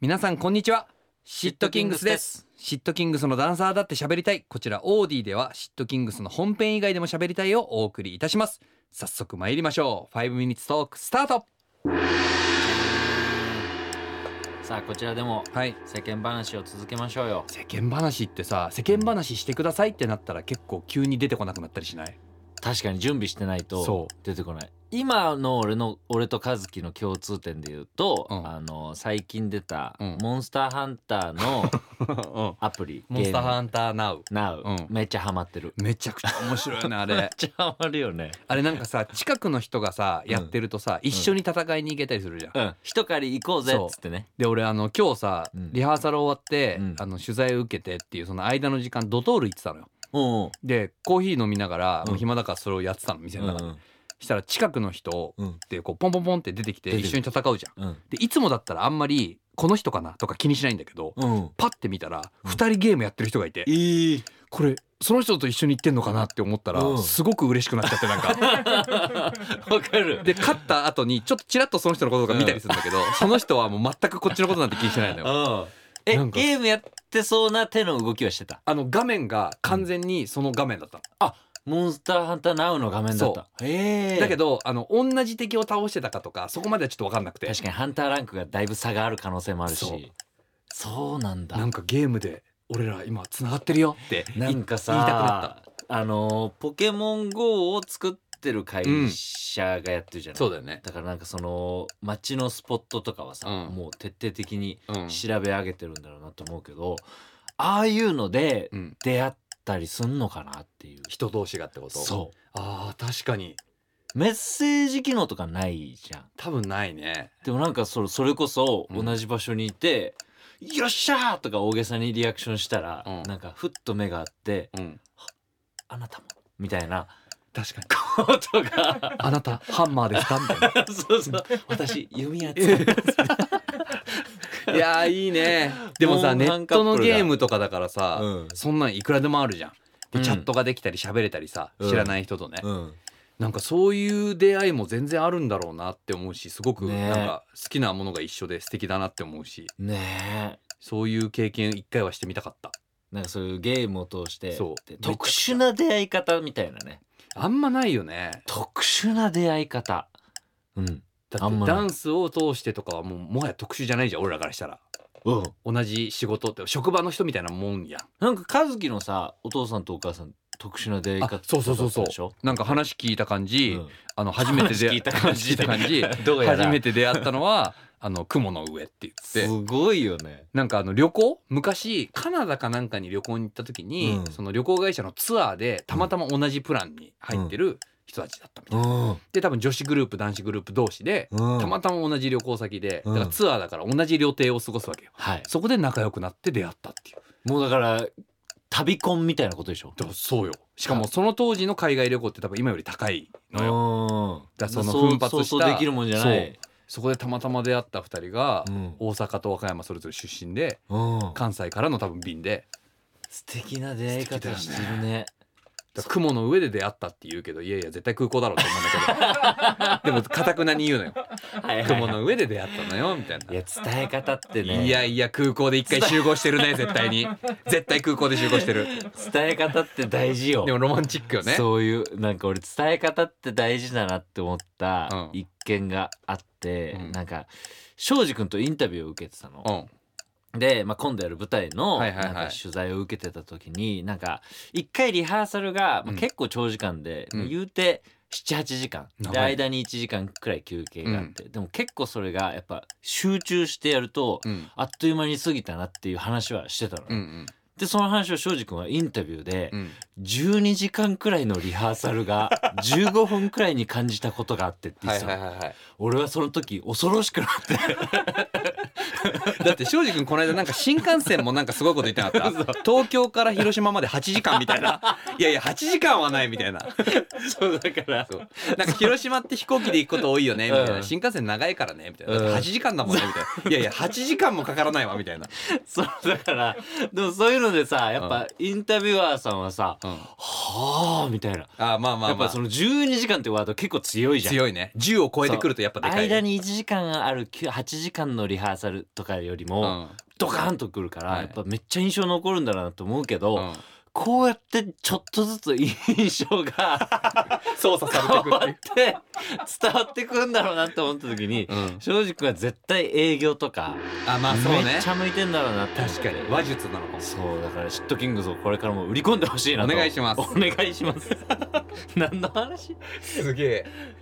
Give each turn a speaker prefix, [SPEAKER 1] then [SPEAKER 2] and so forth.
[SPEAKER 1] 皆さんこんにちはシットキングスですシットキングスのダンサーだって喋りたいこちらオーディではシットキングスの本編以外でも喋りたいをお送りいたします早速参りましょう5ミニッツトークスタート
[SPEAKER 2] さあこちらでも
[SPEAKER 1] はい
[SPEAKER 2] 世間話を続けましょうよ
[SPEAKER 1] 世間話ってさ世間話してくださいってなったら結構急に出てこなくなったりしない
[SPEAKER 2] 確かに準備してない
[SPEAKER 1] そ
[SPEAKER 2] と出てこない今の俺の俺と和樹の共通点で言うと、
[SPEAKER 1] うん
[SPEAKER 2] あの最近出た
[SPEAKER 1] うん
[SPEAKER 2] 「モンスターハンター」 のアプリ、
[SPEAKER 1] モンスターハンターナウ
[SPEAKER 2] なう、
[SPEAKER 1] うん
[SPEAKER 2] めっちゃハマってる
[SPEAKER 1] めちゃくちゃ面白いなあ
[SPEAKER 2] めっ
[SPEAKER 1] れ
[SPEAKER 2] ちゃハマるよね
[SPEAKER 1] あれなんかさ近くの人がさやってるとさ、一緒に戦いに行けたりするじゃん、
[SPEAKER 2] うん一狩り行こうぜ
[SPEAKER 1] そう
[SPEAKER 2] っつってね
[SPEAKER 1] で俺あの今日さ、
[SPEAKER 2] うん
[SPEAKER 1] リハーサル終わって、
[SPEAKER 2] うん
[SPEAKER 1] あの取材を受けてっていうその間の時間ドトール行ってたのよ
[SPEAKER 2] うんうん
[SPEAKER 1] でコーヒー飲みながら、
[SPEAKER 2] うん
[SPEAKER 1] もう暇だからそれをやってたの店の中で、したら近くの人
[SPEAKER 2] うん
[SPEAKER 1] でこうポンポンポンって出てきて
[SPEAKER 2] 出てく
[SPEAKER 1] 一
[SPEAKER 2] る
[SPEAKER 1] 緒に戦うじゃん
[SPEAKER 2] うん
[SPEAKER 1] でいつもだったらあんまりこの人かなとか気にしないんだけど、
[SPEAKER 2] うん
[SPEAKER 1] パッて見たら
[SPEAKER 2] うん
[SPEAKER 1] 2人ゲームやってる人がいて、
[SPEAKER 2] え ー、
[SPEAKER 1] これその人と一緒に行ってんのかなって思ったら、
[SPEAKER 2] うん
[SPEAKER 1] すごく嬉しくなっちゃってなん か
[SPEAKER 2] わかる
[SPEAKER 1] で勝った後にちょっとチラッとその人のこととか見たりするんだけど、その人はもう全くこっちのことなんて気にしてないのよ
[SPEAKER 2] うんえ
[SPEAKER 1] なんか
[SPEAKER 2] ゲームやってそうな手の動きはしてた
[SPEAKER 1] あの画面が完全にその画面だったの、
[SPEAKER 2] モンスターハンターナウの画面だったへえ
[SPEAKER 1] だけどあの同じ敵を倒してたかとかそこまではちょっと分かんなくて
[SPEAKER 2] 確かにハンターランクがだいぶ差がある可能性もあるし
[SPEAKER 1] そ
[SPEAKER 2] そううなんだ
[SPEAKER 1] なんかゲームで俺ら今つながってるよって
[SPEAKER 2] なん
[SPEAKER 1] 言いたくな
[SPEAKER 2] か
[SPEAKER 1] っ
[SPEAKER 2] さあのポケモン GO を作ってる会社がやってるじゃない、
[SPEAKER 1] そうだよね
[SPEAKER 2] だからなんかその街のスポットとかはさ、
[SPEAKER 1] うん
[SPEAKER 2] もう徹底的に
[SPEAKER 1] うん
[SPEAKER 2] 調べ上げてるんだろうなと思うけど、ああいうので
[SPEAKER 1] うん
[SPEAKER 2] 出会ったりすんのかなっていう、
[SPEAKER 1] 人同士がってこと
[SPEAKER 2] そ
[SPEAKER 1] あー確かに
[SPEAKER 2] うメッセージ機能とかないじゃん
[SPEAKER 1] 多分ないね
[SPEAKER 2] でもなんかそれそれこそ
[SPEAKER 1] うん
[SPEAKER 2] 同じ場所にいて「よっしゃー!」とか大げさにリアクションしたら、
[SPEAKER 1] うん
[SPEAKER 2] なんかふっと目があって
[SPEAKER 1] うん
[SPEAKER 2] 「あなたも」みた いな
[SPEAKER 1] 確かに
[SPEAKER 2] ことが
[SPEAKER 1] あなたハンマーですかみたいな
[SPEAKER 2] そ うそう 私弓矢使ってます
[SPEAKER 1] いやーいいねでもさ
[SPEAKER 2] モン
[SPEAKER 1] ネ
[SPEAKER 2] ハ
[SPEAKER 1] ッ
[SPEAKER 2] ンカッ
[SPEAKER 1] ト
[SPEAKER 2] プルが
[SPEAKER 1] のゲームとかだからさ、
[SPEAKER 2] うん
[SPEAKER 1] そんなんいくらでもあるじゃんで
[SPEAKER 2] うん
[SPEAKER 1] チャットができたり喋れたりさ、
[SPEAKER 2] うん
[SPEAKER 1] 知らない人とね、
[SPEAKER 2] うん
[SPEAKER 1] なんかそういう出会いも全然あるんだろうなって思うしすごく
[SPEAKER 2] ね
[SPEAKER 1] なんか好きなものが一緒で素敵だなって思うし
[SPEAKER 2] ねえ
[SPEAKER 1] そういう経験一回はしてみたかった
[SPEAKER 2] なんかそういうゲームを通して
[SPEAKER 1] そう
[SPEAKER 2] で特殊な出会い方みたいなね
[SPEAKER 1] あんまないよね
[SPEAKER 2] 特殊な出会い方うん
[SPEAKER 1] だ
[SPEAKER 2] あ
[SPEAKER 1] っ
[SPEAKER 2] ん
[SPEAKER 1] て
[SPEAKER 2] まない
[SPEAKER 1] ダンスを通してとかはもうもはや特殊じゃないじゃん俺らからしたら
[SPEAKER 2] うん
[SPEAKER 1] 同じ仕事って職場の人みたいなもんやん
[SPEAKER 2] なんか和樹のさお父さんとお母さん特殊な出会い方
[SPEAKER 1] あそうそうそうそう
[SPEAKER 2] だったでしょ
[SPEAKER 1] なんか話聞いた感じ、
[SPEAKER 2] うん
[SPEAKER 1] あの初めて出会
[SPEAKER 2] 話聞いた感
[SPEAKER 1] 話聞
[SPEAKER 2] じ
[SPEAKER 1] いた感じ
[SPEAKER 2] どうやら
[SPEAKER 1] 初めて出会ったのはあの雲の上って言
[SPEAKER 2] す
[SPEAKER 1] って
[SPEAKER 2] ごいよね
[SPEAKER 1] なんかあの旅行昔カナダかなんかに旅行に行った時に、
[SPEAKER 2] うん
[SPEAKER 1] その旅行会社のツアーでたまたま同じプランに入ってる人たちだったみたいな、
[SPEAKER 2] ん
[SPEAKER 1] で多分女子グループ男子グループ同士で、
[SPEAKER 2] うん
[SPEAKER 1] たまたま同じ旅行先で
[SPEAKER 2] う
[SPEAKER 1] だ
[SPEAKER 2] ん
[SPEAKER 1] からツアーだから同じ旅程を過ごすわけよ
[SPEAKER 2] はい
[SPEAKER 1] そこで仲良くなって出会ったっていう
[SPEAKER 2] もうだから旅コンみたいなことでしょ
[SPEAKER 1] だからそうよしかもその当時の海外旅行って多分今より高いのよ
[SPEAKER 2] よ
[SPEAKER 1] だからその奮発
[SPEAKER 2] そう
[SPEAKER 1] した
[SPEAKER 2] そうできるもんじゃない
[SPEAKER 1] そこでたまたま出会った2人が
[SPEAKER 2] うん
[SPEAKER 1] 大阪と和歌山それぞれ出身で
[SPEAKER 2] うん
[SPEAKER 1] 関西からの多分便で
[SPEAKER 2] 素敵な出会い方
[SPEAKER 1] 素
[SPEAKER 2] し
[SPEAKER 1] 敵
[SPEAKER 2] てるね
[SPEAKER 1] だから雲の上で出会ったって言うけどいやいや絶対空港だろうと思うんだ けどでもかたくなに言うのよ
[SPEAKER 2] はいはい
[SPEAKER 1] 雲の上で出会ったのよみたい
[SPEAKER 2] いや伝え方って
[SPEAKER 1] な
[SPEAKER 2] ね
[SPEAKER 1] いやいや空港で一回集合してるね絶対に絶対空港で集合してる
[SPEAKER 2] 伝え方って大事よ
[SPEAKER 1] でもロマンチックよね
[SPEAKER 2] そういうなんか俺伝え方って大事だなって思った
[SPEAKER 1] うん
[SPEAKER 2] 一件があって、
[SPEAKER 1] うん
[SPEAKER 2] なんか庄司君とインタビューを受けてたの、
[SPEAKER 1] うん
[SPEAKER 2] で、まあ、今度やる舞台
[SPEAKER 1] は
[SPEAKER 2] のないん
[SPEAKER 1] はいはい
[SPEAKER 2] か取材を受けてた時になんか一回リハーサルが
[SPEAKER 1] う
[SPEAKER 2] まあ
[SPEAKER 1] ん
[SPEAKER 2] 結構長時間で、
[SPEAKER 1] うん
[SPEAKER 2] まあ言うて78時間
[SPEAKER 1] 長い
[SPEAKER 2] で間に1時間くらい休憩があって、でも結構それがやっぱ集中してやると
[SPEAKER 1] うん
[SPEAKER 2] あっという間に過ぎたなっていう話はしてたのね、
[SPEAKER 1] うん
[SPEAKER 2] でその話を庄司君はインタビューで
[SPEAKER 1] うん
[SPEAKER 2] 12時間くらいのリハーサル が15分くらいに感じたことがあってって言
[SPEAKER 1] は
[SPEAKER 2] っ
[SPEAKER 1] い
[SPEAKER 2] て
[SPEAKER 1] は
[SPEAKER 2] た
[SPEAKER 1] い
[SPEAKER 2] の
[SPEAKER 1] はいはい
[SPEAKER 2] 俺はその時恐ろしくなって
[SPEAKER 1] だって庄司君この間なんか新幹線もなんかすごいこと言ってな かった東京から広島まで8時間みたい ないやいや8時間はないみたいな
[SPEAKER 2] そうだから
[SPEAKER 1] そうなんか広島って飛行機で行くこと多いよねみたいな、
[SPEAKER 2] うん
[SPEAKER 1] 新幹線長いからねみたいな
[SPEAKER 2] うん
[SPEAKER 1] だって8時間だもんねみたい ないやいや8時間もかからないわみたいな、
[SPEAKER 2] そうだからでもそういうのでさやっぱインタビュアーさんはさ「
[SPEAKER 1] うん、
[SPEAKER 2] はあ」みたいな、
[SPEAKER 1] あまあまあ
[SPEAKER 2] やっ
[SPEAKER 1] ま
[SPEAKER 2] ぱ
[SPEAKER 1] あ
[SPEAKER 2] その12時間ってワード結構強いじゃん
[SPEAKER 1] 強いね10を超えてくるとやっぱでかい
[SPEAKER 2] 間に1時間あるきゅ8時間のリハーサルとかより
[SPEAKER 1] う
[SPEAKER 2] も
[SPEAKER 1] ん
[SPEAKER 2] ドカーンとくるから
[SPEAKER 1] はい
[SPEAKER 2] やっぱめっちゃ印象残るんだなと思うけ
[SPEAKER 1] う
[SPEAKER 2] ど
[SPEAKER 1] ん
[SPEAKER 2] こうやってちょっとずつ印象が
[SPEAKER 1] 操作されて
[SPEAKER 2] 変
[SPEAKER 1] く
[SPEAKER 2] わ
[SPEAKER 1] ってい
[SPEAKER 2] っ
[SPEAKER 1] う
[SPEAKER 2] て伝わってくんだろうなって思った時に
[SPEAKER 1] うん
[SPEAKER 2] 庄司君は絶対営業とか
[SPEAKER 1] あまあそう
[SPEAKER 2] め
[SPEAKER 1] ね
[SPEAKER 2] っちゃ向いてんだろうなって思って
[SPEAKER 1] 確かに話術なのかも
[SPEAKER 2] そうだからシットキングスをこれからも 売り込んでほしいなと
[SPEAKER 1] お願いします
[SPEAKER 2] お願いします何の話
[SPEAKER 1] すげえ